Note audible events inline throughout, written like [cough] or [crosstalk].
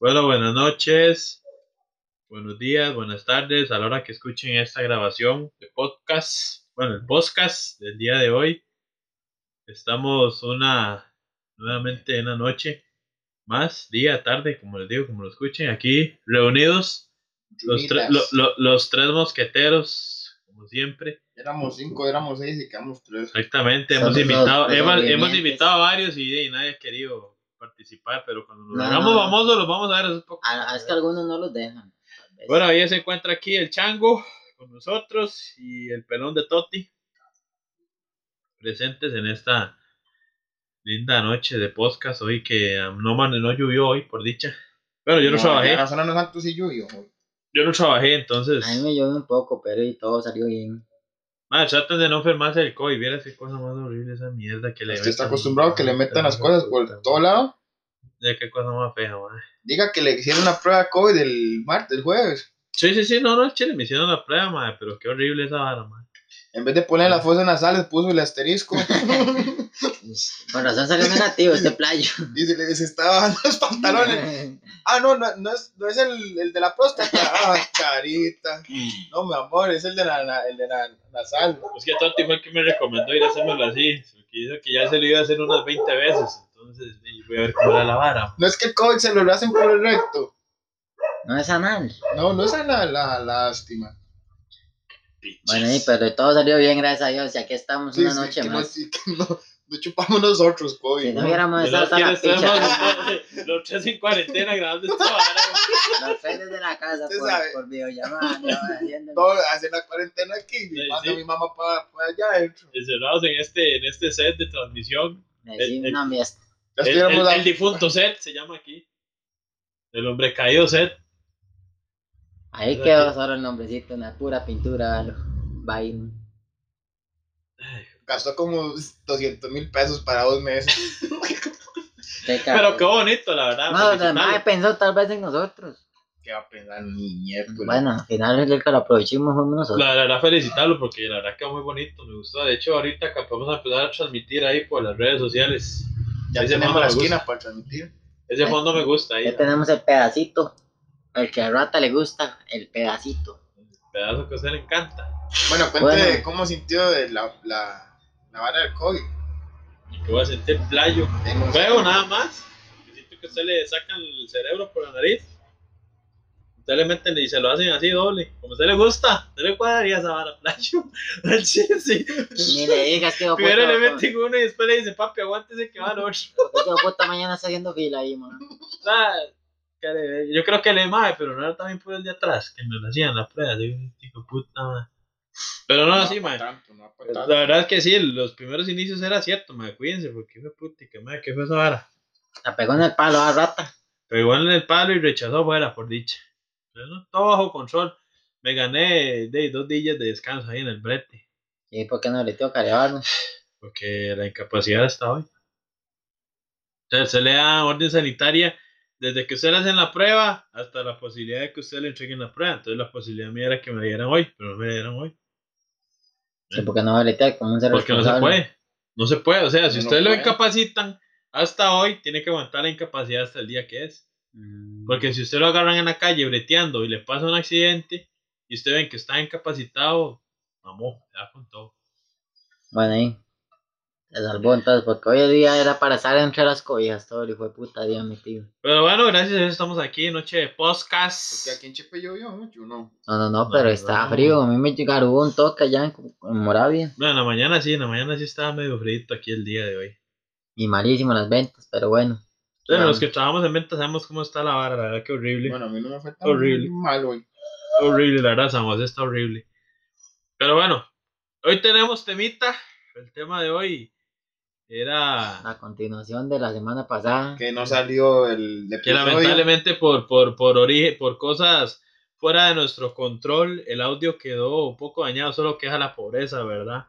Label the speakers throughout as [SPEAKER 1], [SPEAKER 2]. [SPEAKER 1] Bueno, buenas noches, buenos días, buenas tardes. A la hora que escuchen esta grabación de podcast, bueno, el podcast del día de hoy, estamos una, nuevamente una noche más, día, tarde, como les digo, como lo escuchen, aquí reunidos los, tre- lo-
[SPEAKER 2] Reunidas.
[SPEAKER 1] lo- los tres mosqueteros, como siempre.
[SPEAKER 2] Éramos cinco, éramos seis y quedamos tres.
[SPEAKER 1] Exactamente, hemos
[SPEAKER 3] Somos los
[SPEAKER 1] invitado,
[SPEAKER 3] tres
[SPEAKER 1] hemos, hemos
[SPEAKER 3] sobrevivientes.
[SPEAKER 1] invitado a varios y, eh, nadie ha querido participar, pero cuando nos
[SPEAKER 3] No,
[SPEAKER 1] hagamos
[SPEAKER 3] no, no.
[SPEAKER 1] famosos los vamos a ver un poco.
[SPEAKER 3] Ah, es que algunos no los dejan. tal vez.
[SPEAKER 1] Bueno, ahí se encuentra aquí el chango con nosotros y el pelón de Toti presentes en esta linda noche de podcast hoy que um, no man- no llovió hoy por dicha. Bueno, yo no, trabajé,
[SPEAKER 2] En la zona de los Santos y Lluvio. güey.
[SPEAKER 1] yo no trabajé, entonces
[SPEAKER 2] pues
[SPEAKER 3] A mí me llovió un poco, pero y todo salió bien.
[SPEAKER 1] madre, traten de no enfermarse del COVID, vieras qué cosa más horrible esa mierda que le
[SPEAKER 2] Usted está
[SPEAKER 1] metan.
[SPEAKER 2] acostumbrado a que le metan las cosas por todo lado.
[SPEAKER 1] Ya, qué cosa más fea, madre.
[SPEAKER 2] Diga que le hicieron la prueba de COVID el martes, el jueves.
[SPEAKER 1] Sí, sí, sí, no, no, chile, me hicieron la prueba, madre, pero qué horrible esa vara, madre.
[SPEAKER 2] En vez de poner las fosas nasales, puso el
[SPEAKER 1] [laughs]
[SPEAKER 2] asterisco.
[SPEAKER 3] Con razón salió negativo
[SPEAKER 2] [laughs]
[SPEAKER 3] este playo.
[SPEAKER 2] y se le se estaba bajando los pantalones. Ah, no, no, no es, no es el, el de la próstata. Ah, carita. No, mi amor, es el de la, la- el de la nasal.
[SPEAKER 1] Es que Tati fue el que me recomendó ir a hacérmelo así, porque dijo que ya se lo iba a hacer unas 20 veces, entonces y voy a ver cómo era la vara.
[SPEAKER 2] No es que el COVID se lo hacen por el recto.
[SPEAKER 3] [laughs] No es anal.
[SPEAKER 2] No, no es la, la lástima.
[SPEAKER 3] Bueno, sí, pero todo salió bien, gracias a Dios. Y aquí estamos
[SPEAKER 2] Sí,
[SPEAKER 3] una
[SPEAKER 2] sí,
[SPEAKER 3] noche
[SPEAKER 2] que no-
[SPEAKER 3] más.
[SPEAKER 2] sí, que no, no chupamos nosotros, COVID.
[SPEAKER 3] Si no
[SPEAKER 2] ¿no?
[SPEAKER 3] hubiéramos
[SPEAKER 1] De las
[SPEAKER 3] estado
[SPEAKER 1] que
[SPEAKER 3] tan la picha,
[SPEAKER 1] [laughs] estamos los tres en cuarentena grabando esta vara.
[SPEAKER 3] los tres desde la casa
[SPEAKER 2] Usted
[SPEAKER 3] por,
[SPEAKER 2] sabe.
[SPEAKER 3] por videollamada, ¿no? haciendo-
[SPEAKER 2] No, hace la cuarentena aquí, mi
[SPEAKER 1] Sí,
[SPEAKER 2] manda
[SPEAKER 1] sí.
[SPEAKER 2] mi mamá para allá adentro.
[SPEAKER 1] Encerrados en este, en este set de transmisión.
[SPEAKER 3] Sí,
[SPEAKER 1] el-
[SPEAKER 3] una fiesta.
[SPEAKER 2] Ya
[SPEAKER 1] El, el-
[SPEAKER 2] estuviéramos a-
[SPEAKER 1] el difunto set se llama aquí. El hombre caído set.
[SPEAKER 3] Ahí quedó solo el nombrecito, una pura pintura. lo- Vain.
[SPEAKER 2] gastó como 200 mil pesos para dos meses.
[SPEAKER 3] Qué cabrón.
[SPEAKER 1] Pero qué bonito, la verdad.
[SPEAKER 3] No, los
[SPEAKER 1] felicitarlo.
[SPEAKER 3] demás pensó tal vez en nosotros.
[SPEAKER 2] ¿Qué va a pensar mi miércoles?
[SPEAKER 3] Bueno, al final el que lo aprovechamos fuimos nosotros.
[SPEAKER 1] La, la verdad, felicitarlo porque la verdad quedó muy bonito, me gustó. De hecho, ahorita que vamos a empezar a transmitir ahí por las redes sociales.
[SPEAKER 2] ya
[SPEAKER 1] Ese
[SPEAKER 2] tenemos
[SPEAKER 1] fondo
[SPEAKER 2] la
[SPEAKER 1] me gusta.
[SPEAKER 2] esquina para transmitir.
[SPEAKER 1] Ese fondo me gusta ahí.
[SPEAKER 3] Ya tenemos el pedacito. El que a Rata le gusta, el pedacito.
[SPEAKER 1] Pedazo que a usted le encanta.
[SPEAKER 2] Bueno, cuéntame
[SPEAKER 3] Bueno.
[SPEAKER 2] cómo sintió de la, la, la vara del COVID.
[SPEAKER 1] Y que voy a sentir playo.
[SPEAKER 2] Tengo-
[SPEAKER 1] Feo nada más. Que Siento que a usted le sacan el cerebro por la nariz. Usted le meten y se lo hacen así doble. Como a usted le gusta. ¿A usted le cuadraría esa vara playo? [laughs] Al chile, sí.
[SPEAKER 3] Ni le digas
[SPEAKER 1] [laughs]
[SPEAKER 3] que puta,
[SPEAKER 1] Primero le
[SPEAKER 3] porque
[SPEAKER 1] meten uno y después le dicen, papi, aguántese que va al otro. [laughs]
[SPEAKER 3] yo puta mañana está haciendo fila ahí, man.
[SPEAKER 1] Ah, cara de bello. Yo creo que le mae, pero no era también por el de atrás, que me lo hacían la prueba. Yo, hijo de puta, mae. Pero no,
[SPEAKER 2] va
[SPEAKER 1] sí,
[SPEAKER 2] pa'
[SPEAKER 1] mae.
[SPEAKER 2] tanto, no va pa'
[SPEAKER 1] La
[SPEAKER 2] tanto.
[SPEAKER 1] verdad es que sí, los primeros inicios era cierto, mae. Cuídense, porque fue puta, que mae, que fue esa vara.
[SPEAKER 3] La pegó en el palo a Rata.
[SPEAKER 1] Pero igual en el palo y rechazó fuera, por dicha. Pero no, todo bajo control. Me gané de dos días de descanso ahí en el brete,
[SPEAKER 3] ¿Y por qué no le tengo que elevarlo?
[SPEAKER 1] porque la incapacidad hasta hoy. Entonces se le da orden sanitaria desde que usted le hacen la prueba hasta la posibilidad de que usted le entreguen la prueba. Entonces la posibilidad mía era que me la dieran hoy, pero no me la dieron hoy.
[SPEAKER 3] Sí, porque no le tengo como un ser
[SPEAKER 1] Porque no se
[SPEAKER 3] responsable.
[SPEAKER 1] puede. No se puede. O sea, si
[SPEAKER 2] No
[SPEAKER 1] usted lo
[SPEAKER 2] puede.
[SPEAKER 1] incapacitan hasta hoy, tiene que aguantar la incapacidad hasta el día que es.
[SPEAKER 3] Mm.
[SPEAKER 1] Porque si usted lo agarran en la calle breteando y le pasa un accidente y usted ven que está incapacitado, vamos, se da con todo.
[SPEAKER 3] Bueno, ahí. Se salvó entonces, porque hoy el día era para estar entre las cobijas todo el hijo de puta día, mi tío.
[SPEAKER 1] Pero bueno, gracias a Dios estamos aquí, noche de podcast.
[SPEAKER 2] Porque aquí en Chepe llovió mucho, ¿no?
[SPEAKER 3] No, no, no, pero
[SPEAKER 1] No,
[SPEAKER 3] estaba
[SPEAKER 1] no.
[SPEAKER 3] frío. A mí me llegaron un toque allá en, en Moravia.
[SPEAKER 1] Bueno, en la mañana sí, en la mañana sí estaba medio frío aquí el día de hoy.
[SPEAKER 3] Y malísimo las ventas, pero bueno.
[SPEAKER 1] Pero
[SPEAKER 3] Claro.
[SPEAKER 1] los que trabajamos en venta sabemos cómo está la vara, la verdad que horrible.
[SPEAKER 2] Bueno, a mí no me fue tan
[SPEAKER 1] Horrible.
[SPEAKER 2] mal hoy.
[SPEAKER 1] Horrible, la verdad, San José está horrible. Pero bueno, hoy tenemos temita. El tema de hoy era
[SPEAKER 3] La continuación de la semana pasada.
[SPEAKER 2] Que no salió el
[SPEAKER 1] que
[SPEAKER 2] episodio.
[SPEAKER 1] lamentablemente por, por, por origen, por cosas fuera de nuestro control, el audio quedó un poco dañado, solo queja la pobreza, ¿verdad?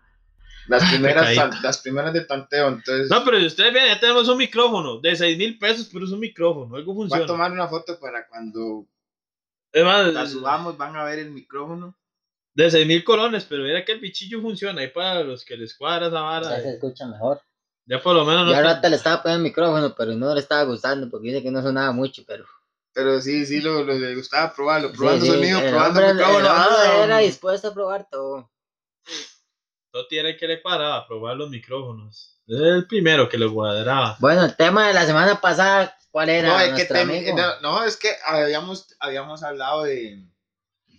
[SPEAKER 2] Las primeras,
[SPEAKER 1] Pecadito.
[SPEAKER 2] tan- las primeras de tanteo, entonces
[SPEAKER 1] Ah, No, pero si ustedes ven, ya tenemos un micrófono de 6 mil pesos, pero es un micrófono, algo
[SPEAKER 2] voy a
[SPEAKER 1] funciona.
[SPEAKER 2] tomar una foto para cuando
[SPEAKER 1] Es
[SPEAKER 3] Pues,
[SPEAKER 1] más,
[SPEAKER 2] la subamos van a ver el micrófono.
[SPEAKER 1] de 6 mil colones, pero mira que el bichillo funciona, ahí para los que les cuadra esa
[SPEAKER 3] Ya
[SPEAKER 1] vara.
[SPEAKER 3] se escucha mejor.
[SPEAKER 1] Ya por lo menos no
[SPEAKER 3] Yo al
[SPEAKER 1] te-
[SPEAKER 3] rato le estaba poniendo el micrófono, pero no le estaba gustando porque dice que no sonaba mucho, pero
[SPEAKER 2] Pero sí, sí, lo, lo- le gustaba probarlo, probando
[SPEAKER 3] Sí, sí,
[SPEAKER 2] sonido,
[SPEAKER 3] el
[SPEAKER 2] probando
[SPEAKER 3] hombre- el
[SPEAKER 2] micrófono.
[SPEAKER 3] hombre
[SPEAKER 2] ah,
[SPEAKER 3] era dispuesto a probar todo.
[SPEAKER 1] Toti era el que le paraba a probar los micrófonos. Era el primero que lo cuadraba.
[SPEAKER 3] Bueno, el tema de la semana pasada, ¿cuál era?
[SPEAKER 2] no, es que
[SPEAKER 3] nuestro
[SPEAKER 2] te-
[SPEAKER 3] amigo?
[SPEAKER 2] no, no, es que habíamos, habíamos hablado de.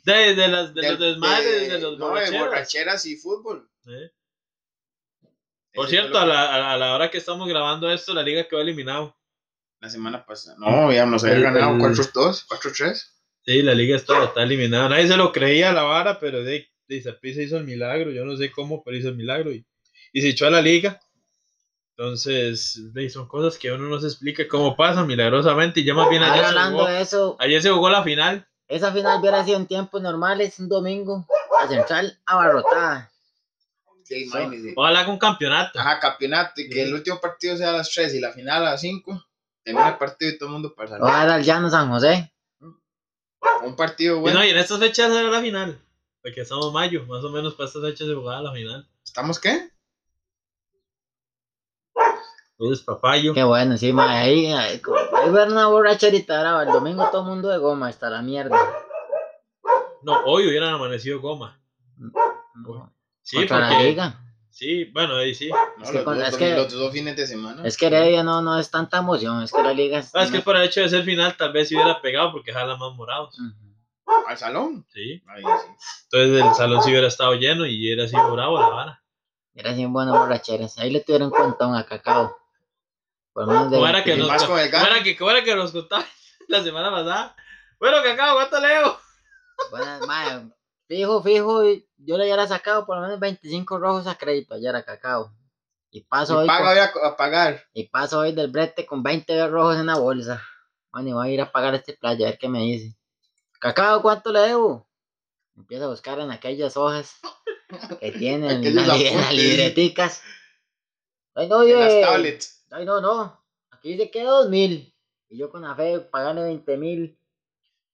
[SPEAKER 1] De, de las, de
[SPEAKER 2] del-
[SPEAKER 1] los desmadres, de, los
[SPEAKER 2] no,
[SPEAKER 1] borracheras.
[SPEAKER 2] borracheras y fútbol.
[SPEAKER 1] ¿Eh? Por
[SPEAKER 2] Ese fue
[SPEAKER 1] cierto,
[SPEAKER 2] lo
[SPEAKER 1] a
[SPEAKER 2] que-
[SPEAKER 1] la, a la- a la hora que estamos grabando esto, la liga quedó eliminado.
[SPEAKER 2] La semana pasada. No, ya nos habían
[SPEAKER 1] El-
[SPEAKER 2] ganado
[SPEAKER 1] el-
[SPEAKER 2] 4-2, 4-3.
[SPEAKER 1] Sí, la liga está, está eliminada. Nadie se lo creía a la vara, pero de, de Saprissa hizo el milagro. Yo no sé cómo, pero hizo el milagro. Y, y se echó a la liga. Entonces, de, son cosas que uno no se explica cómo pasan milagrosamente. Y ya más bien
[SPEAKER 3] Ahora
[SPEAKER 1] ayer se,
[SPEAKER 3] ah, hablando
[SPEAKER 1] jugó,
[SPEAKER 3] de eso,
[SPEAKER 1] ayer se jugó la final.
[SPEAKER 3] esa final hubiera sido en tiempos normales, un domingo, la central abarrotada.
[SPEAKER 2] Sí,
[SPEAKER 3] So-
[SPEAKER 2] imagínese.
[SPEAKER 1] Ojalá con campeonato.
[SPEAKER 2] Ajá, campeonato. Y que
[SPEAKER 1] Sí.
[SPEAKER 2] el último partido sea a las 3 y la final a las 5.
[SPEAKER 3] Ah.
[SPEAKER 2] Termina el partido y todo el mundo para el salón.
[SPEAKER 3] Ojalá al llano San José.
[SPEAKER 2] Un partido
[SPEAKER 1] Y
[SPEAKER 2] bueno.
[SPEAKER 1] no, y en estas fechas era la final. Porque estamos mayo, más o menos para estas fechas se jugaba la final.
[SPEAKER 2] ¿Estamos qué?
[SPEAKER 1] Entonces, papayo.
[SPEAKER 3] Qué bueno, sí, ma, ahí, ahí, ahí ver una borracherita, ahora, el domingo todo mundo de goma, hasta la mierda.
[SPEAKER 1] No, hoy hubieran amanecido goma.
[SPEAKER 3] No,
[SPEAKER 1] Sí,
[SPEAKER 3] contra la
[SPEAKER 1] porque-
[SPEAKER 3] liga.
[SPEAKER 1] Sí, bueno, ahí sí.
[SPEAKER 2] No,
[SPEAKER 3] Es que
[SPEAKER 2] los,
[SPEAKER 3] con-
[SPEAKER 2] dos,
[SPEAKER 3] es que-
[SPEAKER 2] los dos fines de semana.
[SPEAKER 3] Es que Heredia no, no es tanta emoción, es que la liga es...
[SPEAKER 1] Ah, es que por el hecho de ser final, tal vez se hubiera pegado porque jala más morados.
[SPEAKER 3] Ujú.
[SPEAKER 2] Al salón.
[SPEAKER 1] Sí.
[SPEAKER 2] Ahí sí.
[SPEAKER 1] Entonces el salón sí hubiera estado lleno y hubiera sido bravo la vara.
[SPEAKER 3] Era bien buenas borracheras. Ahí le tuvieron cuentón a Cacao. Por menos de
[SPEAKER 1] ¿Cómo era que
[SPEAKER 3] 20.
[SPEAKER 1] nos,
[SPEAKER 2] más con el
[SPEAKER 1] ¿cómo
[SPEAKER 2] gato.
[SPEAKER 1] era que, cómo era que nos contaba [laughs] la semana pasada? Bueno, Cacao, ¿cuánto leo?
[SPEAKER 3] Buenas, mae, Fijo, fijo, y yo le hubiera sacado por lo menos 25 rojos a crédito ayer a Cacao. Y paso,
[SPEAKER 2] Y
[SPEAKER 3] hoy
[SPEAKER 2] paga
[SPEAKER 3] con-
[SPEAKER 2] voy a, co- a pagar.
[SPEAKER 3] y paso hoy del brete con 20 rojos en la bolsa. Bueno, y voy a ir a pagar este playa, a ver qué me dice. Cacao, ¿cuánto le debo? Empieza a buscar en aquellas hojas
[SPEAKER 2] [laughs]
[SPEAKER 3] que tienen en
[SPEAKER 2] Aquellos
[SPEAKER 3] las, en las
[SPEAKER 2] apuntes.
[SPEAKER 3] libreticas. Ay, no,
[SPEAKER 2] En las
[SPEAKER 3] oye,
[SPEAKER 2] tablets.
[SPEAKER 3] Ay, no, no. Aquí dice que dos mil. Y yo con la fe pagarle veinte mil.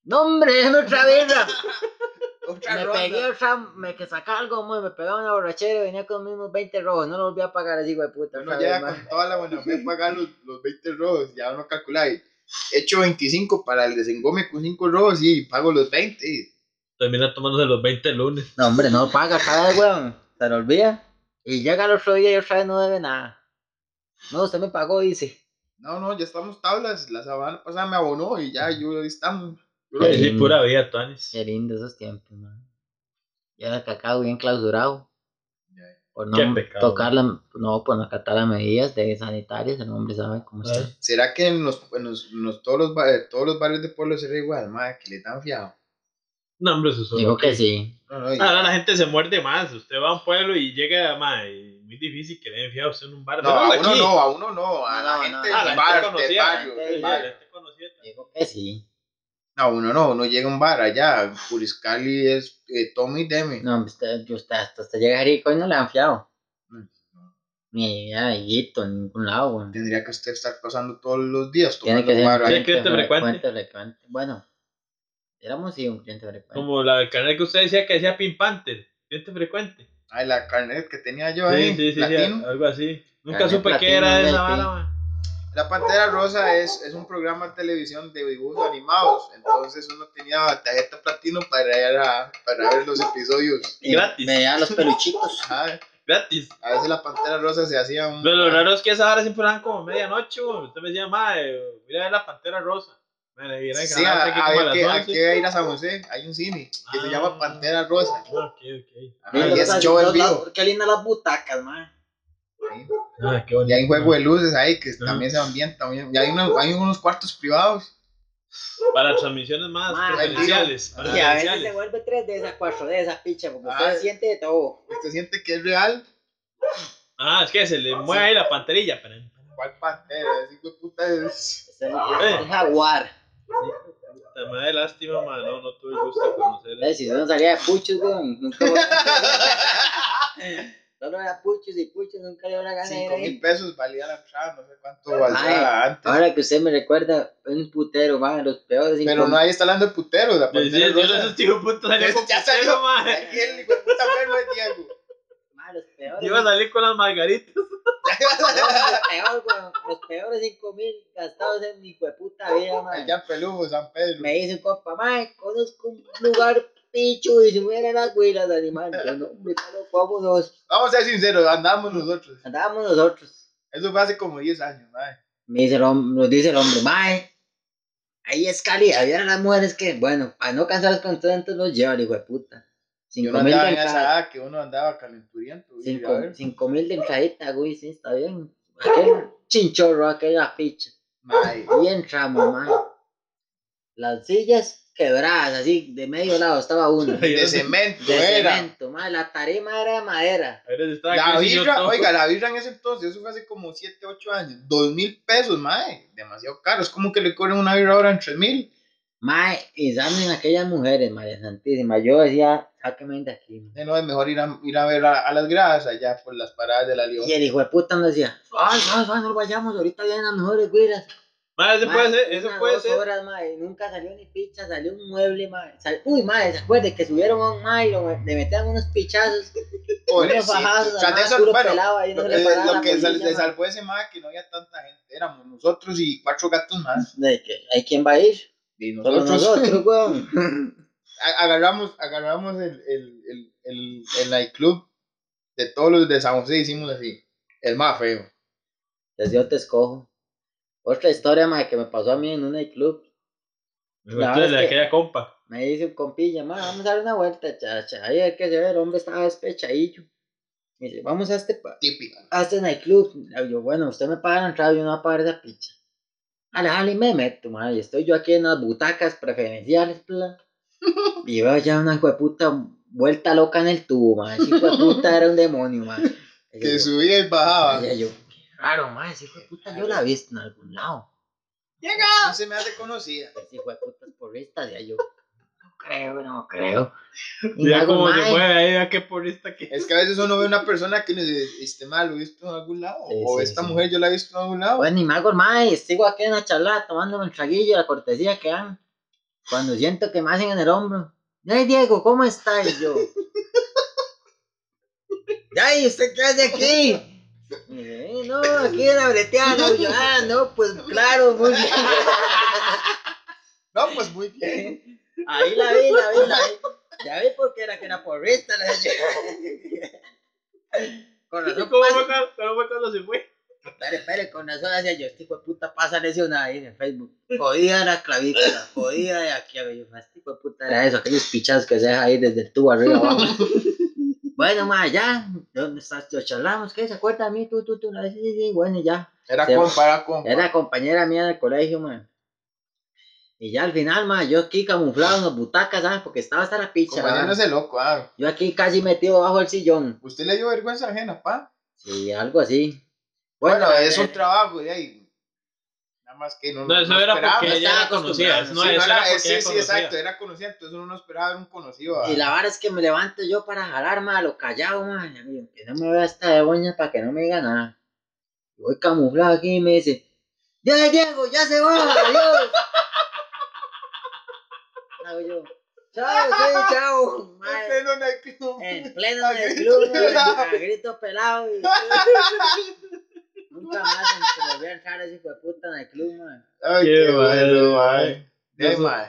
[SPEAKER 3] No, hombre, déjame otra
[SPEAKER 2] [laughs]
[SPEAKER 3] birra.
[SPEAKER 2] Otra
[SPEAKER 3] me
[SPEAKER 2] ronda.
[SPEAKER 3] pegué otra, me que sacaba algo, mae, me pegaba una borrachera y venía con los mismos 20 rojos. No lo volví a pagar así, güey, puta.
[SPEAKER 2] Uno
[SPEAKER 3] otra
[SPEAKER 2] llega
[SPEAKER 3] vez, mae.
[SPEAKER 2] con toda la buena fe a pagar los, los 20 robos, ya uno calcula, y he hecho 25 para el desengome con 5 robos y pago los 20. y
[SPEAKER 1] Termina tomándose los 20 lunes.
[SPEAKER 3] No, hombre, no paga cada vez, weón. Se lo olvida. Y llega el otro día y otra vez no debe nada. No, usted me pagó, dice.
[SPEAKER 2] No, no, ya estamos tablas, la semana pasada me abonó y ya, yo ahí estamos.
[SPEAKER 1] Es
[SPEAKER 2] Yo lo-
[SPEAKER 1] decir, pura vida, Tuanis.
[SPEAKER 3] Qué lindo esos tiempos, man. Y ahora cacao bien clausurado.
[SPEAKER 2] Ya.
[SPEAKER 3] Por
[SPEAKER 1] Qué
[SPEAKER 3] no
[SPEAKER 1] pecado,
[SPEAKER 3] tocar la, no, por no acatar las medidas de sanitarias, el hombre sabe cómo está.
[SPEAKER 1] Ah.
[SPEAKER 2] ¿Será que en los, en los- en los- todos, los ba- eh, todos los barrios de pueblo será igual, madre, que le dan fiado?
[SPEAKER 1] No, hombre, eso es solo
[SPEAKER 3] Digo
[SPEAKER 1] aquí.
[SPEAKER 3] que sí.
[SPEAKER 2] No, no, y-
[SPEAKER 1] Ahora la gente se muerde más. Usted va a un pueblo y llega, ma, y muy difícil que le den fiado a usted en un bar.
[SPEAKER 2] no,
[SPEAKER 1] Menos
[SPEAKER 2] a
[SPEAKER 1] aquí.
[SPEAKER 2] uno no, a uno no, a
[SPEAKER 3] No,
[SPEAKER 2] la
[SPEAKER 3] no,
[SPEAKER 2] gente
[SPEAKER 3] no.
[SPEAKER 2] del
[SPEAKER 1] Ah, la gente
[SPEAKER 2] bar- del
[SPEAKER 1] conocida,
[SPEAKER 2] barrio,
[SPEAKER 3] la
[SPEAKER 2] del
[SPEAKER 1] Sí,
[SPEAKER 2] barrio.
[SPEAKER 1] la gente conocida.
[SPEAKER 3] Digo que sí.
[SPEAKER 2] No, uno no, uno llega a un bar allá, Curiscali es eh, Tommy Demi.
[SPEAKER 3] No, hombre, usted, yo- usted, hasta usted llega rico y no le han fiado.
[SPEAKER 2] Mm.
[SPEAKER 3] Ni a Higuito, en ningún lado, güey.
[SPEAKER 2] Tendría que usted estar pasando todos los días
[SPEAKER 3] Tiene
[SPEAKER 2] tomando
[SPEAKER 3] que ser
[SPEAKER 2] guaro
[SPEAKER 3] un
[SPEAKER 2] ahí.
[SPEAKER 1] Sí, cliente frecuente.
[SPEAKER 3] frecuente. Bueno, éramos sí un cliente frecuente.
[SPEAKER 1] Como la, el canal que usted decía que decía Pink Panther. Cliente frecuente.
[SPEAKER 2] Ay, la carnet que tenía yo
[SPEAKER 1] Sí,
[SPEAKER 2] ahí,
[SPEAKER 1] sí, sí, sí,
[SPEAKER 2] latino.
[SPEAKER 1] algo así. Nunca
[SPEAKER 3] Carnet
[SPEAKER 1] supe qué
[SPEAKER 3] platino,
[SPEAKER 1] era
[SPEAKER 3] del
[SPEAKER 1] esa
[SPEAKER 3] Pink.
[SPEAKER 1] bala, man.
[SPEAKER 2] La Pantera Rosa es, es un programa de televisión de dibujos animados. Entonces uno tenía tarjeta platino para, ir a- para ver los episodios.
[SPEAKER 3] Y
[SPEAKER 1] gratis.
[SPEAKER 3] Me
[SPEAKER 1] [laughs]
[SPEAKER 3] daban los peluchitos.
[SPEAKER 2] Ajá,
[SPEAKER 1] Gratis.
[SPEAKER 2] A veces la Pantera Rosa se hacía un...
[SPEAKER 1] Pero lo raro es que esa hora siempre eran como medianoche, güey. Usted me decía, madre, voy a ver la pantera rosa. Bueno, y era en
[SPEAKER 2] Sí,
[SPEAKER 1] canal, sé que como
[SPEAKER 2] a-
[SPEAKER 1] a
[SPEAKER 2] había
[SPEAKER 1] las
[SPEAKER 2] que, a
[SPEAKER 1] 11.
[SPEAKER 2] que ir a San José. Hay un cine que se
[SPEAKER 1] Ah.
[SPEAKER 2] llama Pantera Rosa.
[SPEAKER 1] Ah, ok, ok.
[SPEAKER 2] Ajá, y es show en vivo.
[SPEAKER 3] Qué lindas las butacas, man.
[SPEAKER 2] Sí.
[SPEAKER 1] Ah, qué
[SPEAKER 2] Y
[SPEAKER 1] bonito.
[SPEAKER 2] hay un juego de luces ahí que
[SPEAKER 1] Ah.
[SPEAKER 2] también se ambienta. muy bien. Y hay, unos- hay unos cuartos privados.
[SPEAKER 1] Para transmisiones más
[SPEAKER 3] Ma,
[SPEAKER 1] preferenciales. para
[SPEAKER 2] digo,
[SPEAKER 3] Y a veces se
[SPEAKER 1] preferenciales.
[SPEAKER 3] vuelve 3 de esas, 4 de esas, picha, porque
[SPEAKER 2] Ah.
[SPEAKER 3] usted siente de todo.
[SPEAKER 2] Usted Este siente que es real.
[SPEAKER 1] Ah, es que se le mueve ahí la panterilla. pero-
[SPEAKER 2] ¿Cuál Pantera? Ese hijo de puta es...
[SPEAKER 3] Es el,
[SPEAKER 1] Ah.
[SPEAKER 3] es el jaguar.
[SPEAKER 1] Puta madre, lástima, man. No, no tuve el gusto de conocer.
[SPEAKER 3] Eh, Si uno salía de puchos, güey, nunca [laughs] Solo era puchos y puchos, nunca le hubiera ganado.
[SPEAKER 2] 5 mil pesos valía la entrada, no sé cuánto valía
[SPEAKER 3] Ay,
[SPEAKER 2] antes.
[SPEAKER 3] Ahora que usted me recuerda, un putero, man, los peores cinco
[SPEAKER 2] pero no
[SPEAKER 3] mil.
[SPEAKER 2] ahí está hablando de puteros, la
[SPEAKER 1] Sí, sí,
[SPEAKER 2] pantera
[SPEAKER 1] yo
[SPEAKER 2] rosa.
[SPEAKER 1] no sé si un punto salió con
[SPEAKER 2] Ya
[SPEAKER 1] puntero,
[SPEAKER 2] salió.
[SPEAKER 1] man. [laughs]
[SPEAKER 2] Aquí el hijo de puta enfermo de Diego.
[SPEAKER 3] Man, los peores.
[SPEAKER 2] [laughs]
[SPEAKER 1] Iba a salir con las margaritas.
[SPEAKER 3] Los peores, weón, los peores 5 mil gastados en mi hueputa vida, mae.
[SPEAKER 2] Allá en Pelufo, San Pedro.
[SPEAKER 3] Me dice un compa, mae, conozco un lugar pichu y si hubiera las güilas de animal. Yo no, hombre, pero ¿cómo dos?
[SPEAKER 2] Vamos a ser sinceros, andamos nosotros.
[SPEAKER 3] Andábamos nosotros.
[SPEAKER 2] Eso fue hace como 10 años, mae.
[SPEAKER 3] Me dice el hombre, nos dice el hombre, mae, ahí es calidad. Vieron las mujeres que, bueno, para no cansarlas con tanto, nos lleva el hijo de puta.
[SPEAKER 2] Yo
[SPEAKER 3] 5
[SPEAKER 2] no
[SPEAKER 3] mil
[SPEAKER 2] andaba en esa
[SPEAKER 3] de
[SPEAKER 2] edad que uno andaba calenturiento. güey, a ver.
[SPEAKER 3] 5 mil de encadita, güey, sí, está bien. Aquel chinchorro, aquella picha. [laughs]
[SPEAKER 2] Mae.
[SPEAKER 3] Y entramos, mae. Las sillas quebradas, así, de medio lado
[SPEAKER 2] [laughs]
[SPEAKER 3] estaba una. De
[SPEAKER 2] De cemento, era.
[SPEAKER 3] cemento, mae, la tarima era de madera.
[SPEAKER 1] Ahora se estaba
[SPEAKER 2] La
[SPEAKER 1] creciendo
[SPEAKER 2] birra,
[SPEAKER 1] todo.
[SPEAKER 2] oiga, la birra en ese entonces, eso fue hace como 7, 8 años, 2 mil pesos, mae, demasiado caro, es como que le cobren una birra ahora en 3 mil.
[SPEAKER 3] Mae, y saben aquellas mujeres, María Santísima. Yo decía, sáquenme de aquí. mae.
[SPEAKER 2] No, es mejor ir a, ir a ver a, a las gradas allá por las paradas de la León.
[SPEAKER 3] Y el hijo de puta nos decía, ay, ay, ay, no vayamos, ahorita vienen las mejores güiras.
[SPEAKER 1] Madre, ese
[SPEAKER 3] Mae,
[SPEAKER 1] puede ser,
[SPEAKER 3] una,
[SPEAKER 1] ese puede
[SPEAKER 3] dos
[SPEAKER 1] ser.
[SPEAKER 3] horas, mae, Nunca salió ni picha, salió un mueble, mae. Sal- Uy, mae, se acuerde que subieron a un mae y lo- le metían unos pichazos, unos
[SPEAKER 2] Pobrecito.
[SPEAKER 3] fajados,
[SPEAKER 2] O sea, de
[SPEAKER 3] mae,
[SPEAKER 2] eso,
[SPEAKER 3] puro
[SPEAKER 2] bueno,
[SPEAKER 3] pelado ahí, no
[SPEAKER 2] lo
[SPEAKER 3] le
[SPEAKER 2] que,
[SPEAKER 3] paraba
[SPEAKER 2] lo
[SPEAKER 3] la
[SPEAKER 2] que sal-
[SPEAKER 3] polilla,
[SPEAKER 2] le
[SPEAKER 3] mae.
[SPEAKER 2] salvó ese mae que no había tanta gente, éramos nosotros y cuatro gatos más.
[SPEAKER 3] De que, ¿Hay quién va a ir?
[SPEAKER 2] Y
[SPEAKER 3] Solo
[SPEAKER 2] nosotros,
[SPEAKER 3] nosotros, weón.
[SPEAKER 2] a- agarramos, agarramos el, el, el, el, el nightclub de todos los de San José, hicimos así, el más feo.
[SPEAKER 3] Entonces yo te escojo. Otra historia, mae, que me pasó a mí en un club.
[SPEAKER 1] Me
[SPEAKER 3] La
[SPEAKER 1] gustó
[SPEAKER 3] verdad
[SPEAKER 1] de
[SPEAKER 3] es que-
[SPEAKER 1] aquella compa.
[SPEAKER 3] Me dice un compilla, "Ma, vamos a dar una vuelta, chacha. Ahí hay que ver, el hombre estaba despechadillo. Me dice, vamos a este, pa-
[SPEAKER 2] Típico.
[SPEAKER 3] a este nightclub. Y Yo, bueno, usted me paga la entrada, yo no voy a pagar esa picha. Ale, ale, me meto, ma, y estoy yo aquí en las butacas preferenciales, pla. Y veo ya una hueputa vuelta loca en el tubo, ma. Ese hueputa era un demonio, ma. Y
[SPEAKER 2] Que
[SPEAKER 3] yo-
[SPEAKER 2] subía y bajaba.
[SPEAKER 3] y yo, qué raro, ma, ese hueputa yo la he visto en algún lado. pues,
[SPEAKER 2] No se me hace conocida.
[SPEAKER 3] Ese hueputa es porrista, decía yo. No creo, no
[SPEAKER 1] [laughs]
[SPEAKER 3] creo. Y
[SPEAKER 1] Ya
[SPEAKER 3] luego,
[SPEAKER 1] como
[SPEAKER 3] mae,
[SPEAKER 1] se mueve ahí, ya qué porrista
[SPEAKER 2] [laughs]
[SPEAKER 1] que.
[SPEAKER 2] Es que a veces uno ve una persona que uno dice, este mal lo he visto en algún lado.
[SPEAKER 3] Sí,
[SPEAKER 2] o
[SPEAKER 3] sí,
[SPEAKER 2] esta
[SPEAKER 3] sí.
[SPEAKER 2] mujer yo la he visto en algún lado.
[SPEAKER 3] Bueno, y me hago el mae, sigo aquí en la charla tomándome el traguillo, la cortesía que dan. Cuando siento que me hacen en el hombro. Ay, Diego, ¿cómo estás? Y yo. [laughs] Ay, ¿usted qué hace aquí? Y dice, "Eh, no, aquí en la breteana. Y yo, ah, no, pues claro, muy bien.
[SPEAKER 2] No, pues muy bien.
[SPEAKER 3] Ahí la vi, la vi, la vi. Ya vi por qué era que era porrista. La
[SPEAKER 1] [laughs]
[SPEAKER 3] Con razón,
[SPEAKER 1] ¿Cómo
[SPEAKER 3] pasa-
[SPEAKER 1] fue cuando- cómo fue cuando se fue?
[SPEAKER 3] Espere, espere, con razón hacía yo, este hijo de puta pasa lesionada ahí en el Facebook. Jodida la clavícula, jodida de aquí a yo, este hijo de puta era eso, aquellos pichados que se deja ahí desde el tubo arriba abajo.
[SPEAKER 1] [laughs]
[SPEAKER 3] bueno, ma, ya, ¿dónde estás? Yo charlamos, ¿qué? ¿Se acuerda de mí? Tú, tú, tú, sí, sí, sí, bueno, ya.
[SPEAKER 2] Era
[SPEAKER 3] Sí.
[SPEAKER 2] compa, era compa.
[SPEAKER 3] Era compañera mía del colegio, ma. Y ya al final, ma, yo aquí camuflado en las butacas, ¿sabes? Porque estaba hasta la picha, ¿verdad?
[SPEAKER 2] Compañero loco, ah.
[SPEAKER 3] Yo aquí casi metido bajo el sillón.
[SPEAKER 2] Usted le dio vergüenza ajena, pa.
[SPEAKER 3] Sí, algo así.
[SPEAKER 2] Bueno, es
[SPEAKER 3] eh,
[SPEAKER 2] un trabajo de ahí. Nada más que no
[SPEAKER 1] No, eso era
[SPEAKER 2] esperaba.
[SPEAKER 1] porque ella la
[SPEAKER 3] estaba
[SPEAKER 1] conocía.
[SPEAKER 3] acostumbrado.
[SPEAKER 1] No,
[SPEAKER 2] sí, no
[SPEAKER 1] eso era
[SPEAKER 2] era-
[SPEAKER 1] porque
[SPEAKER 2] eh, sí,
[SPEAKER 1] ella
[SPEAKER 2] sí,
[SPEAKER 1] conocía.
[SPEAKER 2] exacto, era conocido, entonces uno no esperaba ver un conocido. ah.
[SPEAKER 3] Y la vara es que me levanto yo para jalar, ma, lo callado, ma. y Que no me vea esta de boña para que no me diga nada. Y Voy camuflado aquí y me dice, ¡Ya, Diego, ya se va! ¡Adiós! [laughs] Hago yo, ¡Chao, sí, chao! ma,
[SPEAKER 2] En pleno nightclub.
[SPEAKER 3] En
[SPEAKER 2] A
[SPEAKER 3] pleno del
[SPEAKER 2] grito
[SPEAKER 3] club,
[SPEAKER 2] pelado.
[SPEAKER 3] ma, a grito pelado. y- [laughs] Nunca más se me volvió a entrar ese hijo de puta en el club, ma.
[SPEAKER 2] Ay,
[SPEAKER 1] Qué
[SPEAKER 2] qué
[SPEAKER 1] bueno,
[SPEAKER 2] bueno, mae.
[SPEAKER 1] mae.
[SPEAKER 2] Eh, mae.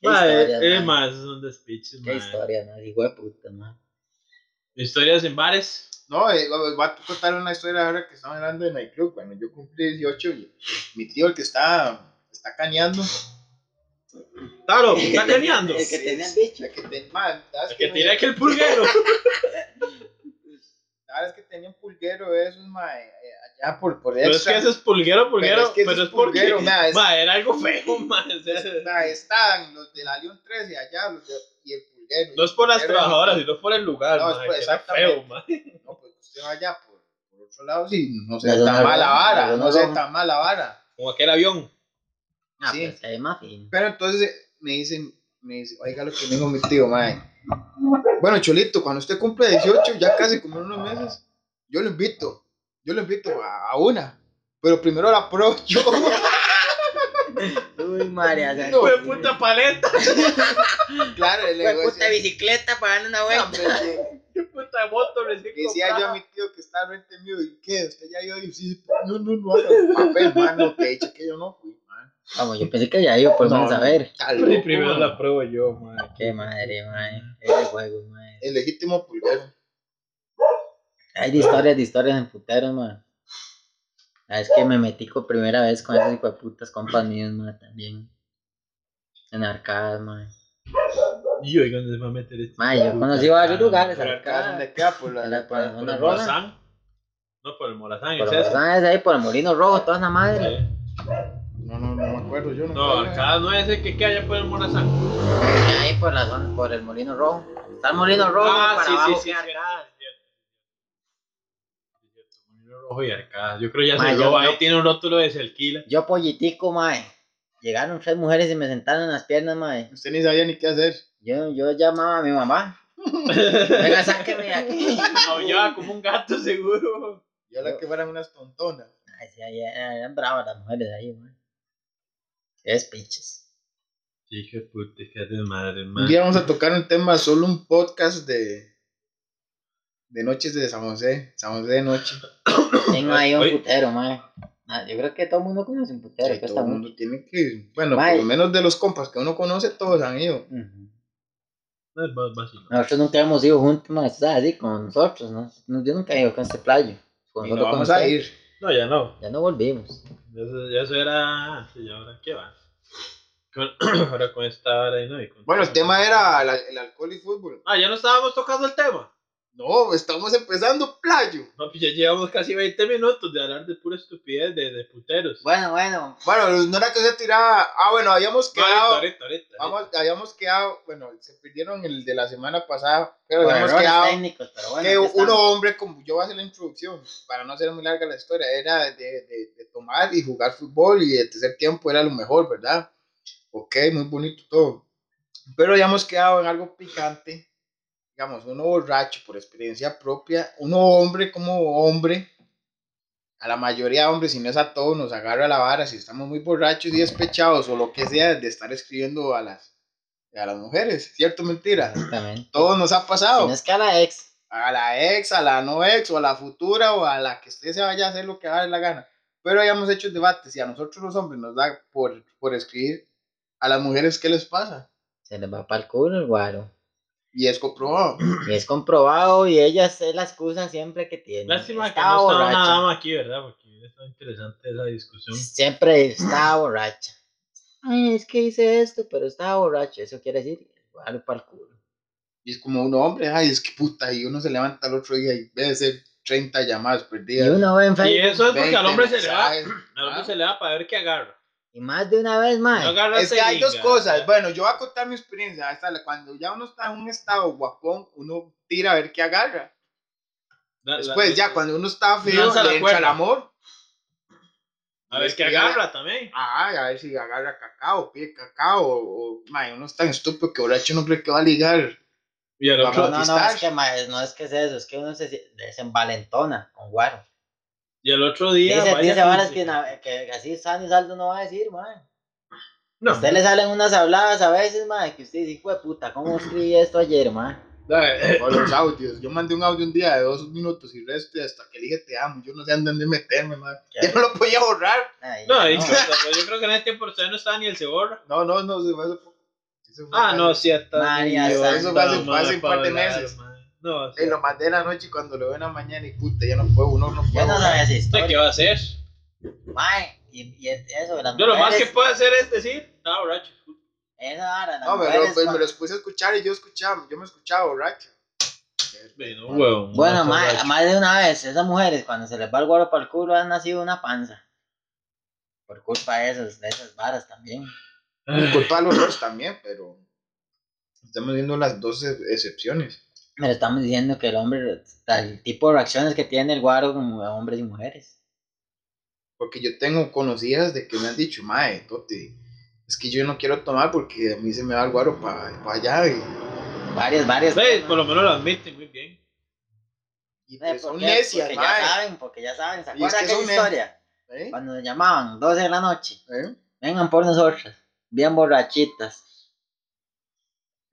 [SPEAKER 3] Qué
[SPEAKER 1] Mae,
[SPEAKER 3] historia,
[SPEAKER 1] eh,
[SPEAKER 3] ma.
[SPEAKER 1] mae, esos son despiches,
[SPEAKER 3] Qué
[SPEAKER 1] mae.
[SPEAKER 3] historia, ma. Hijo de puta, ma.
[SPEAKER 1] Historias en bares.
[SPEAKER 2] No, eh, voy a contar una historia ahora que estamos hablando de nightclub. Cuando yo cumplí 18, y mi tío, el que está, está caneando.
[SPEAKER 1] Taro, está caneando.
[SPEAKER 3] El que
[SPEAKER 2] Sí,
[SPEAKER 3] tenía el
[SPEAKER 2] sí,
[SPEAKER 3] bicho.
[SPEAKER 2] el que te- man, ¿sabes
[SPEAKER 1] El
[SPEAKER 2] qué
[SPEAKER 1] que
[SPEAKER 2] me-
[SPEAKER 1] tira que el pulguero.
[SPEAKER 2] ¿sabes que tenía un pulguero de esos, mae, eh, allá por, por
[SPEAKER 1] Pero es
[SPEAKER 2] extra.
[SPEAKER 1] que ese es pulguero,
[SPEAKER 2] Pero es
[SPEAKER 1] pulguero.
[SPEAKER 2] que ese
[SPEAKER 1] Pero
[SPEAKER 2] es
[SPEAKER 1] es porque.
[SPEAKER 2] pulguero, mae, es-
[SPEAKER 1] Mae, era algo feo, mae.
[SPEAKER 2] [laughs]
[SPEAKER 1] o sea,
[SPEAKER 2] Está- Están los de la León 13 allá, los de- y el pulguero.
[SPEAKER 1] No es por las
[SPEAKER 2] El pulguero era-
[SPEAKER 1] trabajadoras, sino por el lugar,
[SPEAKER 2] No, es
[SPEAKER 1] mae,
[SPEAKER 2] por-
[SPEAKER 1] que era
[SPEAKER 2] exactamente.
[SPEAKER 1] feo, mae.
[SPEAKER 2] No, pues usted vaya por, por otro lado, sí, no sé,
[SPEAKER 3] La zona
[SPEAKER 2] tan mala
[SPEAKER 3] roja, la
[SPEAKER 2] vara,
[SPEAKER 3] zona
[SPEAKER 2] no sé,
[SPEAKER 3] roja.
[SPEAKER 2] tan mala vara.
[SPEAKER 1] Como aquel avión.
[SPEAKER 3] Ah,
[SPEAKER 2] Sí.
[SPEAKER 3] pues que hay más fino.
[SPEAKER 2] Pero entonces eh, me dicen, me dice, oiga lo que me dijo mi tío, mae. Bueno, Cholito, cuando usted cumple 18, ya casi como en unos meses, yo lo invito, yo lo invito a, a una, pero primero la pro [laughs] yo.
[SPEAKER 3] Uy, María. Santísima.
[SPEAKER 2] No,
[SPEAKER 1] Fue puta paleta. [laughs]
[SPEAKER 2] claro, le
[SPEAKER 3] Fue
[SPEAKER 2] digo,
[SPEAKER 3] puta
[SPEAKER 2] "Sí,
[SPEAKER 3] bicicleta para darle una
[SPEAKER 2] no,
[SPEAKER 3] vuelta.
[SPEAKER 2] hombre, sí".
[SPEAKER 1] Fue puta esta moto recién
[SPEAKER 2] Le decía yo a
[SPEAKER 1] comprada.
[SPEAKER 2] mi tío que está al frente mío, ¿y qué? ¿Usted ya iba? Y sí, no, no, no, haga papel, mano, que eche que yo no fui, man.
[SPEAKER 3] Vamos, yo pensé que ya iba por lo menos a ver.
[SPEAKER 2] Está
[SPEAKER 1] Pri-
[SPEAKER 2] loco,
[SPEAKER 1] Primero
[SPEAKER 2] man.
[SPEAKER 1] la pruebo yo, madre.
[SPEAKER 3] Qué madre, madre. Qué de juego, madre.
[SPEAKER 2] El legítimo pulguero.
[SPEAKER 3] Hay de historias, de historias en puteros, man. Ah, es que me metí por primera vez con esos hijueputas compas míos, man, también. En arcadas, man.
[SPEAKER 1] Y yo, ¿y dónde se va a meter este?
[SPEAKER 3] Man, yo
[SPEAKER 1] puta?
[SPEAKER 3] conocí varios
[SPEAKER 1] Ah,
[SPEAKER 3] lugares,
[SPEAKER 1] por-
[SPEAKER 2] Acá
[SPEAKER 3] arcadas.
[SPEAKER 2] donde queda, por la.
[SPEAKER 3] En la-
[SPEAKER 2] por la-
[SPEAKER 1] ¿Por
[SPEAKER 3] una
[SPEAKER 1] el
[SPEAKER 3] rola.
[SPEAKER 1] Morazán? No, por el Morazán,
[SPEAKER 3] Por
[SPEAKER 1] es
[SPEAKER 3] los
[SPEAKER 1] eso.
[SPEAKER 3] Rosales, ahí por el Molino Rojo, toda esa madre.
[SPEAKER 1] Eh,
[SPEAKER 2] No, no, no me acuerdo, yo no
[SPEAKER 1] No, Arcada no es el que queda allá por el Morazán.
[SPEAKER 3] Ahí por la zona, por el Molino Rojo. Está el Molino Rojo,
[SPEAKER 2] Ah,
[SPEAKER 3] para abajo que
[SPEAKER 1] cierto,
[SPEAKER 3] arcadas.
[SPEAKER 1] cierto, cierto. Molino Rojo y Arcada. Yo creo ya
[SPEAKER 3] Ma,
[SPEAKER 1] se
[SPEAKER 3] yo-
[SPEAKER 1] roba.
[SPEAKER 3] yo-
[SPEAKER 1] Ahí tiene un rótulo de se alquila.
[SPEAKER 3] Yo pollitico, mae. Llegaron tres mujeres y me sentaron en las piernas, mae.
[SPEAKER 2] Usted ni sabía ni qué hacer.
[SPEAKER 3] Yo, yo llamaba a mi
[SPEAKER 2] [laughs]
[SPEAKER 3] mamá. Venga, sáqueme de aquí.
[SPEAKER 1] Aullaba como un gato seguro.
[SPEAKER 2] Yo la que fueran unas tontonas.
[SPEAKER 3] Ay, sí, ahí eran, eran bravas las mujeres ahí, mae. Es pinches.
[SPEAKER 1] Sí, qué puta, qué desmadre,
[SPEAKER 2] Un
[SPEAKER 1] man.
[SPEAKER 2] día vamos a tocar un tema, solo un podcast de. De noches de San José. San José de noche.
[SPEAKER 3] Tengo ahí un
[SPEAKER 1] Oye.
[SPEAKER 3] putero, mae. Ah, Yo creo que todo el mundo conoce un putero,
[SPEAKER 2] Que
[SPEAKER 3] cuesta
[SPEAKER 2] todo el
[SPEAKER 3] mucho.
[SPEAKER 2] mundo tiene que ir. Bueno,
[SPEAKER 3] Mae.
[SPEAKER 2] por lo menos de los compas que uno conoce, todos han ido.
[SPEAKER 3] Ujú.
[SPEAKER 1] No, es más vacilón.
[SPEAKER 3] Nosotros nunca hemos ido juntos, mae. Usted sabe, así con nosotros, ¿no? No, Yo nunca he ido con este playo. Con
[SPEAKER 2] Y
[SPEAKER 3] nosotros,
[SPEAKER 2] no
[SPEAKER 3] con
[SPEAKER 2] vamos a
[SPEAKER 3] usted.
[SPEAKER 2] ir.
[SPEAKER 1] No, ya no.
[SPEAKER 3] Ya no volvimos.
[SPEAKER 1] Ya eso, ya eso era antes, y ahora qué va. Con- ahora con esta hora y no. y con-
[SPEAKER 2] Bueno, el tema era la- el alcohol y fútbol.
[SPEAKER 1] Ah, ya no estábamos tocando el tema.
[SPEAKER 2] No, estamos empezando playo.
[SPEAKER 1] Papi, ya llevamos casi 20 minutos de hablar de pura estupidez, de, de puteros.
[SPEAKER 3] Bueno, bueno.
[SPEAKER 2] Bueno, no era que se tiraba. Ah, bueno, habíamos
[SPEAKER 1] No, ahorita,
[SPEAKER 2] quedado.
[SPEAKER 1] ahorita, ahorita.
[SPEAKER 2] vamos- habíamos quedado. Bueno, se perdieron el de la semana pasada. Pero
[SPEAKER 3] Por
[SPEAKER 2] habíamos
[SPEAKER 3] errores
[SPEAKER 2] quedado.
[SPEAKER 3] técnicos, pero bueno.
[SPEAKER 2] que
[SPEAKER 3] aquí
[SPEAKER 2] uno
[SPEAKER 3] estamos.
[SPEAKER 2] hombre, como yo voy a hacer la introducción, para no ser muy larga la historia, era de, de- de tomar y jugar fútbol y el tercer tiempo era lo mejor, ¿verdad? Ok, muy bonito todo. Pero ya hemos quedado en algo picante, digamos, uno borracho por experiencia propia, uno hombre como hombre, a la mayoría de hombres, si no es a todos, nos agarra la vara, si estamos muy borrachos y despechados o lo que sea, de estar escribiendo a las, a las mujeres, ¿cierto? o Mentira.
[SPEAKER 3] Exactamente.
[SPEAKER 2] Todo nos ha pasado.
[SPEAKER 3] Si no es que a la ex.
[SPEAKER 2] a la ex, a la no ex, o a la futura, o a la que usted se vaya a hacer lo que haga la gana. Pero hayamos hecho debates y a nosotros los hombres nos da por, por escribir a las mujeres qué les pasa.
[SPEAKER 3] Se les va para el culo el guaro.
[SPEAKER 2] Y es comprobado.
[SPEAKER 3] Y es comprobado y ella es la excusa siempre que tiene.
[SPEAKER 1] Lástima que
[SPEAKER 3] Estaba
[SPEAKER 1] no está una
[SPEAKER 3] borracha.
[SPEAKER 1] dama aquí, ¿verdad? Porque hubiera estado interesante esa discusión.
[SPEAKER 3] Siempre estaba borracha. Ay, es que hice esto, pero estaba borracho. Eso quiere decir guaro para el culo.
[SPEAKER 2] Y es como un hombre, ay, es que puta, y uno se levanta el otro día y debe ser 30 llamadas
[SPEAKER 3] Y
[SPEAKER 2] perdidas.
[SPEAKER 3] uno ve en
[SPEAKER 1] Y
[SPEAKER 3] Facebook.
[SPEAKER 1] eso es Pues porque al
[SPEAKER 2] 20
[SPEAKER 1] hombre se le va.
[SPEAKER 2] mensajes.
[SPEAKER 1] Al hombre se le va para ver qué agarra.
[SPEAKER 3] Y más de una vez,
[SPEAKER 1] No
[SPEAKER 3] más.
[SPEAKER 1] agarra
[SPEAKER 2] Es que hay dos
[SPEAKER 1] seringa.
[SPEAKER 2] cosas. Bueno, yo voy a contar mi experiencia. Hasta la- cuando ya uno está en un estado guapón, uno tira a ver qué agarra.
[SPEAKER 1] La- la-
[SPEAKER 2] Después, ya cuando uno está feo,
[SPEAKER 1] Lanza la
[SPEAKER 2] le entra el
[SPEAKER 1] cuerda.
[SPEAKER 2] amor.
[SPEAKER 1] A ver qué agarra también.
[SPEAKER 2] Ay, a ver si agarra cacao, pide cacao, o, o mae, uno es tan estúpido que borracho no cree que va a ligar.
[SPEAKER 1] Y al
[SPEAKER 3] No,
[SPEAKER 1] otro,
[SPEAKER 3] no, no,
[SPEAKER 2] conquistar.
[SPEAKER 3] es que, ma, es- no es que sea eso, es que uno se si- desenvalentona con guaro.
[SPEAKER 1] y al otro día.
[SPEAKER 3] Dice,
[SPEAKER 1] vaya
[SPEAKER 3] dice
[SPEAKER 1] con-
[SPEAKER 3] varas que, na- que así sano y saldo no va a decir, man.
[SPEAKER 1] No,
[SPEAKER 3] A usted le salen unas habladas a veces, madre, que usted dice, hijo de puta,
[SPEAKER 1] [laughs]
[SPEAKER 3] ¿cómo escribí esto ayer, madre?
[SPEAKER 1] da-
[SPEAKER 2] O los audios. Yo mandé un audio un día de dos minutos y resto, y hasta que le dije te amo. Yo no sé a dónde meterme, mae.
[SPEAKER 3] Ya.
[SPEAKER 2] Ya no lo podía borrar.
[SPEAKER 3] Ay,
[SPEAKER 1] No,
[SPEAKER 3] ya
[SPEAKER 1] y- yo creo que en este tiempo usted no está ni el se borra.
[SPEAKER 2] No, no, no, se fue hace poco. Eso fue
[SPEAKER 1] Ah,
[SPEAKER 2] hace-
[SPEAKER 1] no, sí, está.
[SPEAKER 3] María
[SPEAKER 1] Dios,
[SPEAKER 3] Santa,
[SPEAKER 2] eso fue hace-
[SPEAKER 1] madre,
[SPEAKER 2] hace un par de
[SPEAKER 1] para hablar,
[SPEAKER 2] meses.
[SPEAKER 1] madre. No, sí.
[SPEAKER 2] Y lo mandé en la noche y cuando lo veo en la mañana y puta, ya no puedo, uno no puede.
[SPEAKER 3] Yo no
[SPEAKER 2] borrar.
[SPEAKER 3] sabía esa
[SPEAKER 1] ¿Usted qué
[SPEAKER 3] historia,
[SPEAKER 1] va a hacer?
[SPEAKER 3] madre, y, y es- eso, las
[SPEAKER 1] Yo lo más que
[SPEAKER 3] mujeres,
[SPEAKER 1] puedo hacer es decir, está borracho.
[SPEAKER 3] esa vara, las
[SPEAKER 2] No, me,
[SPEAKER 3] mujeres,
[SPEAKER 2] lo, pues,
[SPEAKER 3] ma-
[SPEAKER 2] me los puse a escuchar y yo escuchaba, yo me escuchaba borracho.
[SPEAKER 1] Bueno, huevón.
[SPEAKER 3] Bueno,
[SPEAKER 1] no,
[SPEAKER 3] madre,
[SPEAKER 1] borracho.
[SPEAKER 3] más de una vez, esas mujeres, cuando se les va el guaro para el culo, han nacido una panza. Por culpa de, esos, de esas varas también.
[SPEAKER 1] Ay,
[SPEAKER 2] Culpa a los dos también, pero estamos viendo las dos ex- excepciones.
[SPEAKER 3] Pero estamos diciendo que el hombre, el tipo de reacciones que tiene el guaro como hombres y mujeres.
[SPEAKER 2] Porque yo tengo conocidas de que me han dicho, mae, Toti, es que yo no quiero tomar porque a mí se me va el guaro para allá. Y,
[SPEAKER 3] Varias, varias.
[SPEAKER 1] Ustedes
[SPEAKER 3] cosas.
[SPEAKER 1] por lo menos lo admiten muy bien.
[SPEAKER 2] y
[SPEAKER 3] Eh,
[SPEAKER 2] pues son
[SPEAKER 3] porque-
[SPEAKER 2] necias,
[SPEAKER 3] porque ya
[SPEAKER 2] mae.
[SPEAKER 3] saben, porque ya saben, ¿se
[SPEAKER 2] Y es
[SPEAKER 3] acuerdan
[SPEAKER 2] que
[SPEAKER 3] de
[SPEAKER 2] son
[SPEAKER 3] esa
[SPEAKER 2] ne-
[SPEAKER 3] historia?
[SPEAKER 2] ¿Eh?
[SPEAKER 3] Cuando nos llamaban, 12 de la noche,
[SPEAKER 2] ¿Eh?
[SPEAKER 3] vengan por nosotras, bien borrachitas.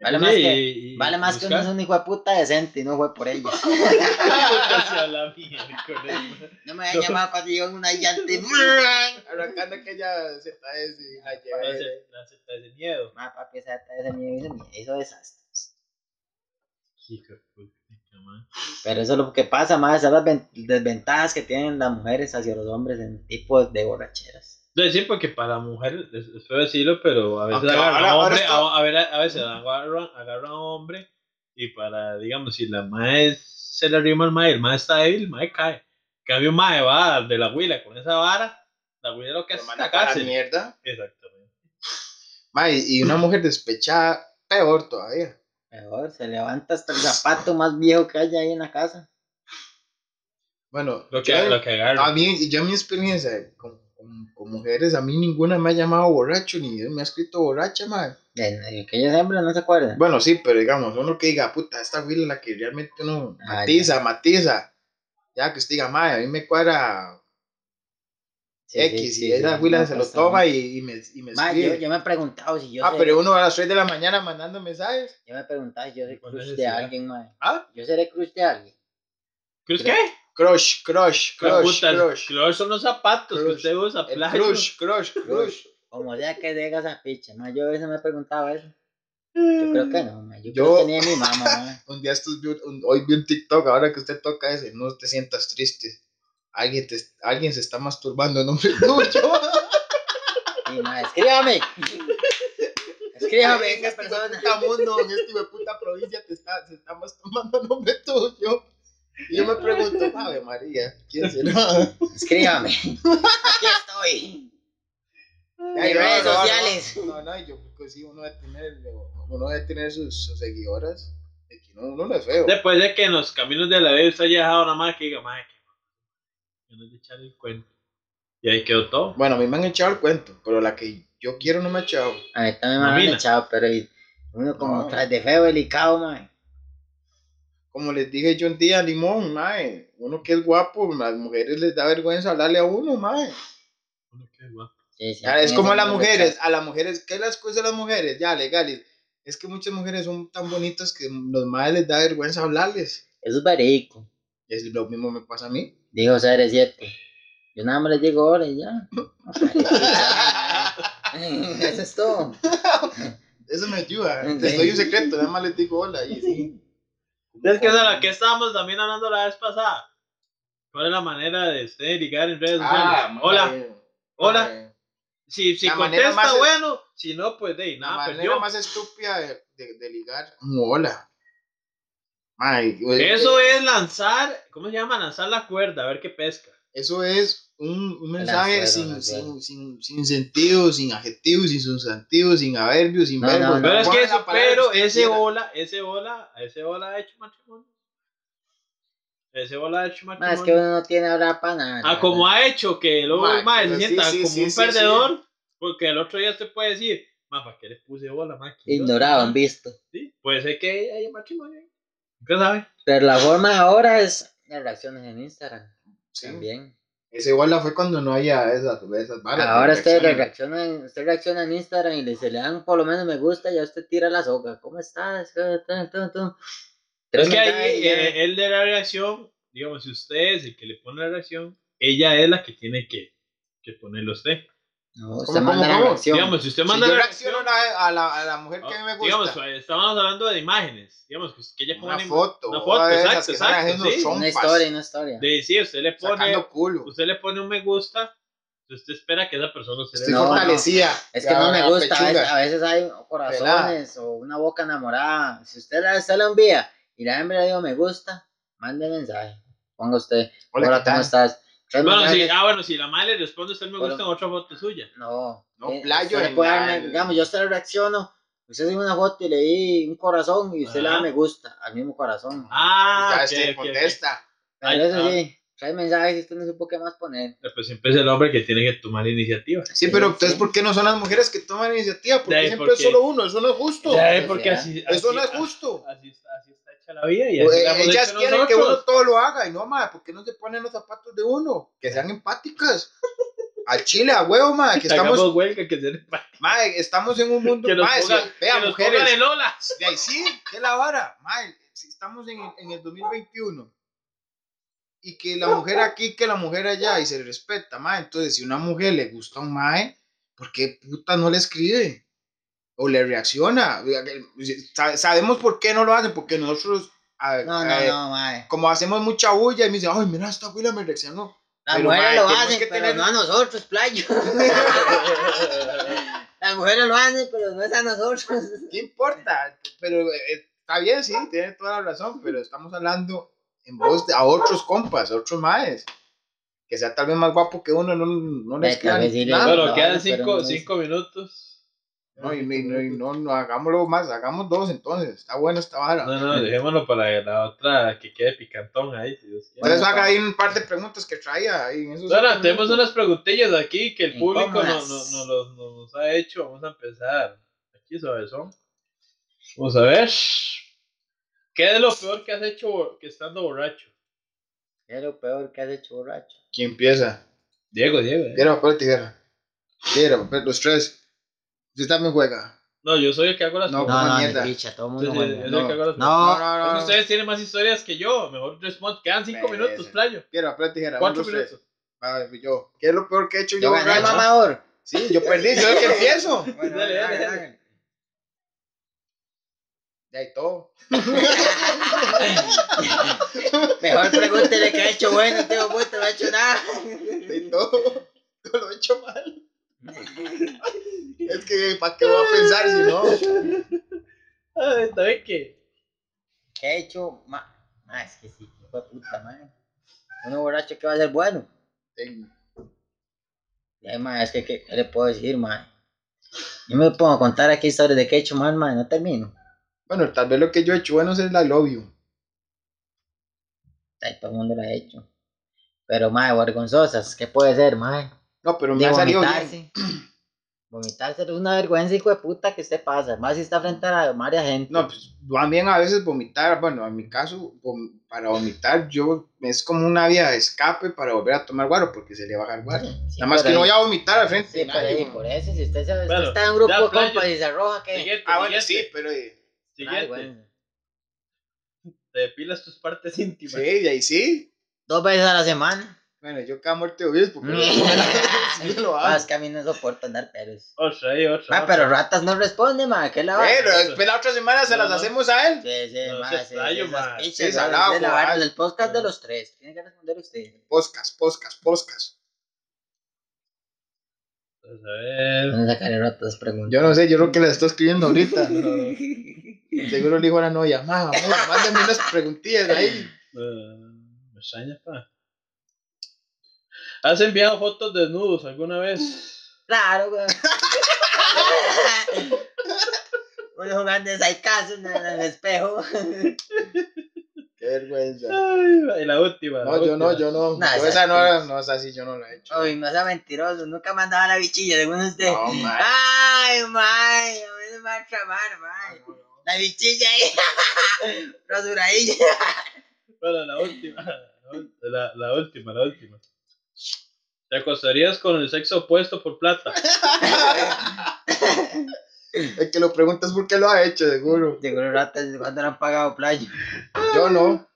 [SPEAKER 3] Vale más
[SPEAKER 1] Sí,
[SPEAKER 3] que-
[SPEAKER 1] y- y
[SPEAKER 3] Vale más que uno
[SPEAKER 1] [laughs] buscar.
[SPEAKER 3] es un hijo de puta decente y no fue por ellos.
[SPEAKER 2] [laughs]
[SPEAKER 1] Casi a la mierda con eso.
[SPEAKER 3] No me habían llamado cuando yo en
[SPEAKER 2] [laughs]
[SPEAKER 3] una llante.
[SPEAKER 2] Arrancando aquella ZS y la
[SPEAKER 1] La
[SPEAKER 2] llevé.
[SPEAKER 1] se- La seta de miedo.
[SPEAKER 3] Ma, papi, esa esa mierda hizo, hizo desastres.
[SPEAKER 1] Hijo de puta, man.
[SPEAKER 3] Pero eso es lo que pasa, más esas las ven- desventajas que tienen las mujeres hacia los hombres en tipos de borracheras.
[SPEAKER 1] Entonces, sí, porque para la mujer, es, es feo decirlo, pero a veces
[SPEAKER 2] Aunque
[SPEAKER 1] agarran
[SPEAKER 2] ahora- ahora
[SPEAKER 1] hombre,
[SPEAKER 2] está-
[SPEAKER 1] a, a ver, a veces agarran, agarran hombre, y para, digamos, si la mae se le arrima al mae, el mae está débil, el mae cae. En Cambio un mae va de la huila con esa vara, la huila lo que
[SPEAKER 2] Lo
[SPEAKER 1] hace es
[SPEAKER 2] manda para la
[SPEAKER 1] sacarse.
[SPEAKER 2] mierda.
[SPEAKER 1] Exactamente.
[SPEAKER 2] Ma, y y una mujer despechada, peor todavía.
[SPEAKER 3] Mejor se levanta hasta el zapato más viejo que haya ahí en la casa.
[SPEAKER 2] Bueno,
[SPEAKER 1] Lo que,
[SPEAKER 2] yo-
[SPEAKER 1] lo que agarra.
[SPEAKER 2] a mí, yo en mi experiencia con, con- con mujeres, a mí ninguna me ha llamado borracho, ni me ha escrito borracha, ma.
[SPEAKER 3] En en aquellos hombres no se acuerdan.
[SPEAKER 2] Bueno, sí, pero digamos, uno que diga, puta, esta huila es la que realmente uno
[SPEAKER 3] Ah,
[SPEAKER 2] matiza, matiza. Ya que usted diga, ma, a mí me cuadra
[SPEAKER 3] Sí,
[SPEAKER 2] X,
[SPEAKER 3] sí, sí,
[SPEAKER 2] y
[SPEAKER 3] sí,
[SPEAKER 2] esa
[SPEAKER 3] no
[SPEAKER 2] huila
[SPEAKER 3] pasa
[SPEAKER 2] se lo
[SPEAKER 3] nada.
[SPEAKER 2] toma y, y me, y me
[SPEAKER 3] Ma, yo,
[SPEAKER 2] escribe.
[SPEAKER 3] yo me he preguntado si yo
[SPEAKER 2] ah,
[SPEAKER 3] seré-
[SPEAKER 2] pero uno a las 3 de la mañana mandando mensajes.
[SPEAKER 3] Yo me he preguntado si yo soy
[SPEAKER 1] Con
[SPEAKER 3] crush de
[SPEAKER 1] necesidad.
[SPEAKER 3] alguien, mae.
[SPEAKER 2] ¿Ah?
[SPEAKER 3] Yo seré crush de alguien.
[SPEAKER 1] ¿Qué es qué?
[SPEAKER 2] Crush, crush,
[SPEAKER 1] La
[SPEAKER 2] crush,
[SPEAKER 1] puta, el
[SPEAKER 2] crush.
[SPEAKER 1] crush son los zapatos que
[SPEAKER 2] Crush.
[SPEAKER 1] usted usa,
[SPEAKER 2] El
[SPEAKER 1] playa.
[SPEAKER 2] crush, crush, crush.
[SPEAKER 3] Como sea que llega esa picha, mae. Yo a veces me he preguntado eso. Yo creo que no, mae. Yo,
[SPEAKER 2] Yo-
[SPEAKER 3] creo que ni de mi mamá, mae.
[SPEAKER 2] Un día estos vi un- un- hoy vi un TikTok, ahora que usted toca ese, no te sientas triste. Alguien, te, alguien se está masturbando en [laughs] nombre
[SPEAKER 3] [laughs]
[SPEAKER 2] tuyo.
[SPEAKER 3] Sí, mae. Escríbame. Escríbame
[SPEAKER 2] en
[SPEAKER 3] esa
[SPEAKER 2] este
[SPEAKER 3] persona.
[SPEAKER 2] puta mundo, en este puta provincia te está, se está masturbando en nombre tuyo. Y yo me pregunto, Ave María, ¿quién será?
[SPEAKER 3] Escríbame. Aquí estoy.
[SPEAKER 2] Ay, no,
[SPEAKER 3] redes
[SPEAKER 2] no, no.
[SPEAKER 3] sociales.
[SPEAKER 2] No, no, yo creo que sí, uno debe tener, uno debe tener sus, sus seguidoras. De que no, uno no es feo.
[SPEAKER 1] Después de que en los caminos de la vida usted haya dejado nada más que diga, mae, que que no es de echar el cuento. Y ahí quedó todo.
[SPEAKER 2] Bueno, a mí me han echado el cuento, pero la que yo quiero no me ha echado.
[SPEAKER 3] A mí también me han
[SPEAKER 1] Mamila.
[SPEAKER 3] echado, pero y- uno como
[SPEAKER 2] No.
[SPEAKER 3] tras de feo, delicado, mae.
[SPEAKER 2] como les dije yo un día, Limón, mae, uno que es guapo, las mujeres les da vergüenza hablarle a uno, mae.
[SPEAKER 1] Uno, qué guapo.
[SPEAKER 3] Sí, sí,
[SPEAKER 2] Ya, es
[SPEAKER 3] sí,
[SPEAKER 2] como
[SPEAKER 3] eso
[SPEAKER 2] a las
[SPEAKER 3] me
[SPEAKER 2] mujeres, a las mujeres, ¿qué es la excusa de las mujeres? Ya, legales. Es que muchas mujeres son tan bonitas que los madres les da vergüenza hablarles.
[SPEAKER 3] rechaza. Eso es verico.
[SPEAKER 2] Es lo mismo me pasa a mí.
[SPEAKER 3] Dijo ser 7. Yo nada más les digo hola y ya.
[SPEAKER 2] [laughs]
[SPEAKER 3] Eso es todo.
[SPEAKER 2] Eso me ayuda.
[SPEAKER 3] Sí.
[SPEAKER 2] Les doy un secreto, nada más les digo hola y sí.
[SPEAKER 1] Es que es a la que estábamos también hablando la vez pasada. ¿Cuál es la manera de usted ligar en redes sociales?
[SPEAKER 2] Ah,
[SPEAKER 1] hola,
[SPEAKER 2] mae,
[SPEAKER 1] hola.
[SPEAKER 2] mae.
[SPEAKER 1] Si, si
[SPEAKER 2] La manera
[SPEAKER 1] contesta,
[SPEAKER 2] más-
[SPEAKER 1] bueno. Si no, pues de ahí,
[SPEAKER 2] La
[SPEAKER 1] nada,
[SPEAKER 2] manera
[SPEAKER 1] perdió.
[SPEAKER 2] más estúpida de, de- de ligar, un hola. Mae,
[SPEAKER 1] Eso es lanzar, ¿cómo se llama? Lanzar la cuerda, a ver qué pesca.
[SPEAKER 2] Eso es un, un mensaje
[SPEAKER 3] suero,
[SPEAKER 2] sin,
[SPEAKER 3] la suero.
[SPEAKER 2] sin, sin, sin sentido, sin adjetivos, sin sustantivos, sin adverbios, sin
[SPEAKER 3] No,
[SPEAKER 2] verbos.
[SPEAKER 3] no, no.
[SPEAKER 1] Pero es que
[SPEAKER 2] Ponga
[SPEAKER 1] eso,
[SPEAKER 2] la palabra
[SPEAKER 1] pero
[SPEAKER 2] usted
[SPEAKER 1] ese
[SPEAKER 2] quiera.
[SPEAKER 1] bola, ese bola, ese bola ha hecho matrimonio. Ese bola ha hecho
[SPEAKER 3] Ma,
[SPEAKER 1] matrimonio.
[SPEAKER 3] es que uno no tiene hablar para nada.
[SPEAKER 1] Ah, como ha hecho que luego
[SPEAKER 2] Ma,
[SPEAKER 1] el mae se
[SPEAKER 2] pero sí,
[SPEAKER 1] sienta
[SPEAKER 2] sí,
[SPEAKER 1] como
[SPEAKER 2] sí,
[SPEAKER 1] un
[SPEAKER 2] sí,
[SPEAKER 1] perdedor, porque el otro día usted puede decir, ma, ¿para qué le puse bola, ma? Qué
[SPEAKER 3] Ignorado, han
[SPEAKER 1] idiota,
[SPEAKER 3] visto.
[SPEAKER 1] ma". Sí, puede ser que haya matrimonio. ahí. ¿Qué sabe?
[SPEAKER 3] Pero la forma ahora es las reacciones en Instagram.
[SPEAKER 2] Sí.
[SPEAKER 3] También.
[SPEAKER 2] Ese hola fue cuando no había esas, esas pues, balas.
[SPEAKER 3] ahora usted
[SPEAKER 2] reacciones.
[SPEAKER 3] reacciona, en- usted reacciona en Instagram y le, se le dan por lo menos me gusta y ya usted tira la soga. ¿Cómo estás? Eh, tu, tu, tu. Tres
[SPEAKER 1] Es que ahí
[SPEAKER 3] mensajes y ya.
[SPEAKER 1] eh, él de la reacción, digamos, si usted es el que le pone la reacción, ella es la que tiene que, que ponerlo a usted.
[SPEAKER 3] No, usted
[SPEAKER 2] ¿Cómo,
[SPEAKER 3] manda
[SPEAKER 2] cómo,
[SPEAKER 3] la
[SPEAKER 2] cómo?
[SPEAKER 3] reacción.
[SPEAKER 1] Digamos, si usted
[SPEAKER 2] Si
[SPEAKER 1] manda
[SPEAKER 2] yo
[SPEAKER 1] la
[SPEAKER 2] reacciono a la, a, la, a la mujer que a mí me
[SPEAKER 1] ah,
[SPEAKER 2] gusta.
[SPEAKER 1] Digamos, eh, estábamos hablando de imágenes. Digamos, que, que ella pone
[SPEAKER 2] una foto.
[SPEAKER 1] una foto,
[SPEAKER 2] de esas
[SPEAKER 1] exacto,
[SPEAKER 2] que están
[SPEAKER 1] exacto,
[SPEAKER 2] haciendo
[SPEAKER 1] sí. pues,
[SPEAKER 2] chompas,
[SPEAKER 3] una historia, una historia.
[SPEAKER 1] De sí, usted le pone,
[SPEAKER 2] Sacando culo.
[SPEAKER 1] usted le pone un me gusta, usted espera que esa persona se
[SPEAKER 2] Estoy
[SPEAKER 1] le
[SPEAKER 3] No,
[SPEAKER 2] fortalecida.
[SPEAKER 3] Es que no me
[SPEAKER 2] La
[SPEAKER 3] gusta, a veces,
[SPEAKER 2] pechuga.
[SPEAKER 3] a veces hay corazones o una boca enamorada. Si usted la, usted la envía y la hembra le digo me gusta, mande mensaje. Ponga usted, hola,
[SPEAKER 2] Hola, ¿qué
[SPEAKER 3] ¿cómo
[SPEAKER 2] tal?
[SPEAKER 3] estás? Tres
[SPEAKER 1] Bueno, sí,
[SPEAKER 3] mensajes.
[SPEAKER 1] ah, bueno, si la madre le responde usted me gusta
[SPEAKER 3] Bueno.
[SPEAKER 1] en otra foto suya.
[SPEAKER 3] No,
[SPEAKER 2] No,
[SPEAKER 3] eh,
[SPEAKER 2] playo
[SPEAKER 3] usted le
[SPEAKER 2] en
[SPEAKER 3] puede dar
[SPEAKER 2] la-
[SPEAKER 3] me- digamos, yo a usted le reacciono, usted sube una foto y le di un corazón y usted le da
[SPEAKER 1] Ajá.
[SPEAKER 3] me gusta al mismo corazón.
[SPEAKER 1] Ah, ok,
[SPEAKER 2] ya usted
[SPEAKER 1] ok, ok.
[SPEAKER 2] contesta.
[SPEAKER 3] Pero
[SPEAKER 1] ahí
[SPEAKER 3] eso
[SPEAKER 1] está.
[SPEAKER 3] sí, tres mensajes y usted no supo qué más poner.
[SPEAKER 1] Eh, Pues siempre es el hombre que tiene que tomar iniciativa.
[SPEAKER 2] Sí,
[SPEAKER 3] Sí,
[SPEAKER 2] pero entonces,
[SPEAKER 3] sí.
[SPEAKER 2] ¿por qué no son las mujeres que toman iniciativa? Porque
[SPEAKER 1] De ahí,
[SPEAKER 2] siempre
[SPEAKER 1] porque-
[SPEAKER 2] es solo uno, eso no es justo.
[SPEAKER 3] Ya,
[SPEAKER 1] ¿Sabe?
[SPEAKER 3] sí,
[SPEAKER 1] Porque
[SPEAKER 3] sí,
[SPEAKER 1] así, así,
[SPEAKER 2] Pues Eso no es justo. Eh, Pues,
[SPEAKER 1] así está, así está hecha la vida y así la hemos
[SPEAKER 2] Ellas
[SPEAKER 1] hecho
[SPEAKER 2] quieren que
[SPEAKER 1] nosotros.
[SPEAKER 2] uno todo lo haga y no, madre, ¿por qué no se ponen los zapatos de uno? Que sean empáticas. Al Chile, a huevo, mae, que estamos,
[SPEAKER 1] Hagamos huelga que se
[SPEAKER 2] mae, estamos en un mundo,
[SPEAKER 1] que nos
[SPEAKER 2] mae,
[SPEAKER 1] pongan-
[SPEAKER 2] sí, vea,
[SPEAKER 1] que nos
[SPEAKER 2] mujeres,
[SPEAKER 1] pongan de Lola.
[SPEAKER 2] de ahí sí, que la vara, mae, si estamos en, el- en el 2021 y que la mujer aquí, que la mujer allá y se respeta, mae, entonces si una mujer le gusta a un mae, ¿por qué puta no le escribe? O le reacciona. Oiga, que- sa- Sabemos por qué no lo hacen, porque nosotros, a-
[SPEAKER 3] No,
[SPEAKER 2] a-
[SPEAKER 3] no, no, mae.
[SPEAKER 2] como hacemos mucha bulla y me dicen, ay, mira, esta güila me reaccionó.
[SPEAKER 3] Las
[SPEAKER 2] Pero, mae,
[SPEAKER 3] mujeres lo
[SPEAKER 2] tenemos
[SPEAKER 3] hacen,
[SPEAKER 2] que
[SPEAKER 3] pero
[SPEAKER 2] tener-
[SPEAKER 3] no a nosotros, playo. [laughs] Las mujeres lo hacen, pero no es a nosotros.
[SPEAKER 2] ¿Qué importa? Pero eh, está bien, sí, tiene toda la razón, pero estamos hablando en voz de, a otros compas, a otros maes. Que sea tal vez más guapo que uno, no, no les
[SPEAKER 3] Ve, tal vez sí le-
[SPEAKER 2] nada.
[SPEAKER 1] Bueno,
[SPEAKER 3] no,
[SPEAKER 1] quedan
[SPEAKER 3] no, pero
[SPEAKER 1] cinco,
[SPEAKER 3] no es-
[SPEAKER 1] cinco minutos.
[SPEAKER 2] No, y, me- no, y no, no, hagámoslo más, hagamos dos entonces. Está buena esta vara.
[SPEAKER 1] No, no, dejémoslo para la otra que quede picantón ahí. Si Dios quiere.
[SPEAKER 2] Por eso haga ahí un par de preguntas que traía. ahí en esos
[SPEAKER 1] No, no,
[SPEAKER 2] cinco
[SPEAKER 1] tenemos
[SPEAKER 2] minutos.
[SPEAKER 1] unas preguntillas aquí que el público no- no-
[SPEAKER 3] Incómodas.
[SPEAKER 1] no- nos, nos ha hecho. Vamos a empezar. Aquí suavezón. Vamos a ver. ¿Qué es lo peor que has hecho bo- que estando borracho?
[SPEAKER 3] ¿Qué es lo peor que has hecho, borracho?
[SPEAKER 2] ¿Quién empieza?
[SPEAKER 1] Diego, Diego. eh.
[SPEAKER 2] Piedra, papel, tijera. Piedra, papel, los tres. Usted también juega.
[SPEAKER 1] No, yo soy el que hago las
[SPEAKER 2] No,
[SPEAKER 3] No,
[SPEAKER 1] preguntas.
[SPEAKER 3] no, ni
[SPEAKER 2] mierda.
[SPEAKER 3] picha, todo el mundo
[SPEAKER 1] Entonces, yo
[SPEAKER 3] juega.
[SPEAKER 1] soy el que hago las preguntas.
[SPEAKER 3] No,
[SPEAKER 2] no,
[SPEAKER 1] Ah, Es que Ustedes tienen más historias que yo. Mejor responde. Quedan cinco
[SPEAKER 2] Merece.
[SPEAKER 1] minutos, playo.
[SPEAKER 2] Piedra, papel, tijera. uno,
[SPEAKER 1] Cuatro
[SPEAKER 2] dos, tres.
[SPEAKER 1] minutos.
[SPEAKER 2] Ah, yo. ¿Qué es lo peor que he hecho yo?
[SPEAKER 3] yo gané,
[SPEAKER 2] borracho?
[SPEAKER 3] mamador.
[SPEAKER 2] Sí, yo perdí, yo es que empiezo.
[SPEAKER 1] Bueno, Dale, dale, dale. dale.
[SPEAKER 2] Ya y todo.
[SPEAKER 3] [laughs] Mejor pregúntele qué ha hecho bueno, este tío, puto, no ha hecho nada.
[SPEAKER 2] Ya y todo. Todo lo he hecho mal. Es que, ¿para qué voy a pensar si no?
[SPEAKER 1] [laughs] Ay, Ah, está bien que.
[SPEAKER 3] ¿Qué ha hecho? Ma... Ah, es que sí, qué hijo de puta, madre. Uno borracho que va a ser bueno. Y ahí, ma, es que, ¿qué, qué le puedo decir, madre? Yo me pongo a contar aquí historias de qué he hecho mal, madre, no termino.
[SPEAKER 2] Bueno, tal vez lo que yo he hecho bueno es el I love you.
[SPEAKER 3] Ay, todo el mundo lo ha hecho. Pero, madre, vergonzosas, ¿qué puede ser, madre?
[SPEAKER 2] No, pero me
[SPEAKER 3] De
[SPEAKER 2] ha salido bien.
[SPEAKER 3] [clears throat] vomitarse. Vomitarse es una vergüenza, hijo de puta, que usted pasa. Más si está frente a la varias gente.
[SPEAKER 2] No, pues también a veces vomitar, bueno, en mi caso, vom- para vomitar, yo es como una vía de escape para volver a tomar guaro, porque se le baja el guaro.
[SPEAKER 3] Sí,
[SPEAKER 2] Nada más
[SPEAKER 3] pero
[SPEAKER 2] que no
[SPEAKER 3] ahí-
[SPEAKER 2] voy a vomitar al frente.
[SPEAKER 3] Sí,
[SPEAKER 2] de
[SPEAKER 3] por
[SPEAKER 2] nadie,
[SPEAKER 3] ahí,
[SPEAKER 2] man.
[SPEAKER 3] por eso, si usted, se- usted
[SPEAKER 1] Bueno,
[SPEAKER 3] está en un grupo
[SPEAKER 1] ya,
[SPEAKER 3] de
[SPEAKER 1] playo.
[SPEAKER 3] compas y se arroja, ¿qué?
[SPEAKER 1] Siguiente,
[SPEAKER 2] Ah, bueno, sí,
[SPEAKER 1] siguiente,
[SPEAKER 2] pero. eh,
[SPEAKER 3] Ay,
[SPEAKER 1] siguiente.
[SPEAKER 3] bueno.
[SPEAKER 1] Te depilas tus partes [laughs] íntimas.
[SPEAKER 2] Sí, y ahí sí.
[SPEAKER 3] Dos veces a la semana.
[SPEAKER 2] Bueno, yo cada muerte de obispo, pero.
[SPEAKER 3] Mm.
[SPEAKER 2] sí lo
[SPEAKER 3] [laughs]
[SPEAKER 2] hago.
[SPEAKER 3] Más Ah, que a mí no soporto andar pelos.
[SPEAKER 1] Otra, ahí, otra.
[SPEAKER 2] Ah,
[SPEAKER 3] Ma,
[SPEAKER 1] otra.
[SPEAKER 3] pero ratas no responde, ma, ¿qué la va?
[SPEAKER 2] Pero después la otra semana se
[SPEAKER 1] No,
[SPEAKER 2] las
[SPEAKER 1] no.
[SPEAKER 2] hacemos a él.
[SPEAKER 3] Sí, sí,
[SPEAKER 1] No,
[SPEAKER 3] ma,
[SPEAKER 1] ese
[SPEAKER 3] sí,
[SPEAKER 1] playo,
[SPEAKER 3] esas
[SPEAKER 1] ma.
[SPEAKER 3] pichas,
[SPEAKER 2] Sí,
[SPEAKER 3] ma,
[SPEAKER 2] salado,
[SPEAKER 3] es de la vara,
[SPEAKER 2] ma.
[SPEAKER 3] del podcast de los tres. Tiene que responder usted.
[SPEAKER 2] Poscas, poscas, poscas.
[SPEAKER 1] Vamos a ver.
[SPEAKER 3] Vamos a sacarle ratas preguntas.
[SPEAKER 2] Yo no sé, yo creo que las estoy escribiendo ahorita. Seguro le dijo a la novia, mamá, mándame unas preguntillas ahí.
[SPEAKER 1] Eh, me extraña, pa. ¿Has enviado fotos desnudos alguna vez?
[SPEAKER 2] [laughs]
[SPEAKER 3] Claro, güey. Uno jugando de caso en el espejo.
[SPEAKER 2] Qué vergüenza.
[SPEAKER 1] Ay, y la última. la
[SPEAKER 2] No, yo no,
[SPEAKER 1] última.
[SPEAKER 2] yo no.
[SPEAKER 3] Nah,
[SPEAKER 2] Yo
[SPEAKER 3] esa
[SPEAKER 2] esa no,
[SPEAKER 3] es-
[SPEAKER 2] no es así, yo no la he hecho.
[SPEAKER 3] Uy, no sea mentiroso, nunca mandaba la bichilla, según usted.
[SPEAKER 2] No, ma.
[SPEAKER 3] Ay, mae, a mí no me va a tramar, mae. La bichilla ahí, [laughs] rasuradilla.
[SPEAKER 1] Bueno, la última. la ul- La, la última, la última. ¿Te acostarías con el sexo opuesto por
[SPEAKER 2] [laughs]
[SPEAKER 1] plata?
[SPEAKER 2] El que lo pregunta es por qué lo ha hecho, seguro.
[SPEAKER 3] Seguro ratas cuando han pagado playo.
[SPEAKER 2] Yo no.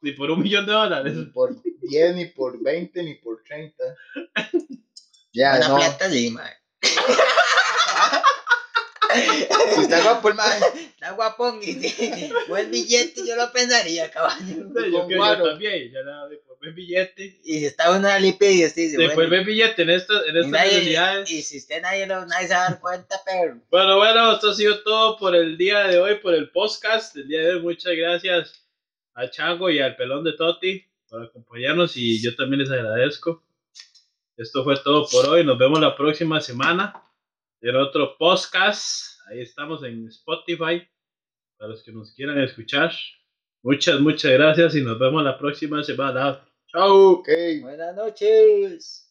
[SPEAKER 1] Ni por un millón de dólares.
[SPEAKER 2] Ni por 10, ni por 20, ni por 30. Ya,
[SPEAKER 3] Una
[SPEAKER 2] no.
[SPEAKER 3] plata sí, mae.
[SPEAKER 2] Si está guapo el man.
[SPEAKER 3] Está guapón y sí,
[SPEAKER 1] [laughs]
[SPEAKER 3] buen billete, yo lo pensaría, caballo.
[SPEAKER 1] Yo,
[SPEAKER 2] con
[SPEAKER 1] que- yo
[SPEAKER 2] guaro.
[SPEAKER 1] también. Ya la, después ven billete.
[SPEAKER 3] Y si está una limpia y usted dice,
[SPEAKER 1] Después
[SPEAKER 3] bueno,
[SPEAKER 1] ven billete en estas, en
[SPEAKER 3] y,
[SPEAKER 1] estas
[SPEAKER 3] nadie,
[SPEAKER 1] necesidades.
[SPEAKER 3] y si usted nadie, lo, nadie se va a dar cuenta, pero
[SPEAKER 1] Bueno, bueno, esto ha sido todo por el día de hoy, por el podcast. El día de hoy, muchas gracias a Chango y al pelón de Toti por acompañarnos y yo también les agradezco. Esto fue todo por hoy. Nos vemos la próxima semana en otro podcast. Ahí estamos en Spotify para los que nos quieran escuchar. Muchas, muchas gracias y nos vemos la próxima semana. Chao.
[SPEAKER 2] Ok.
[SPEAKER 3] buenas noches.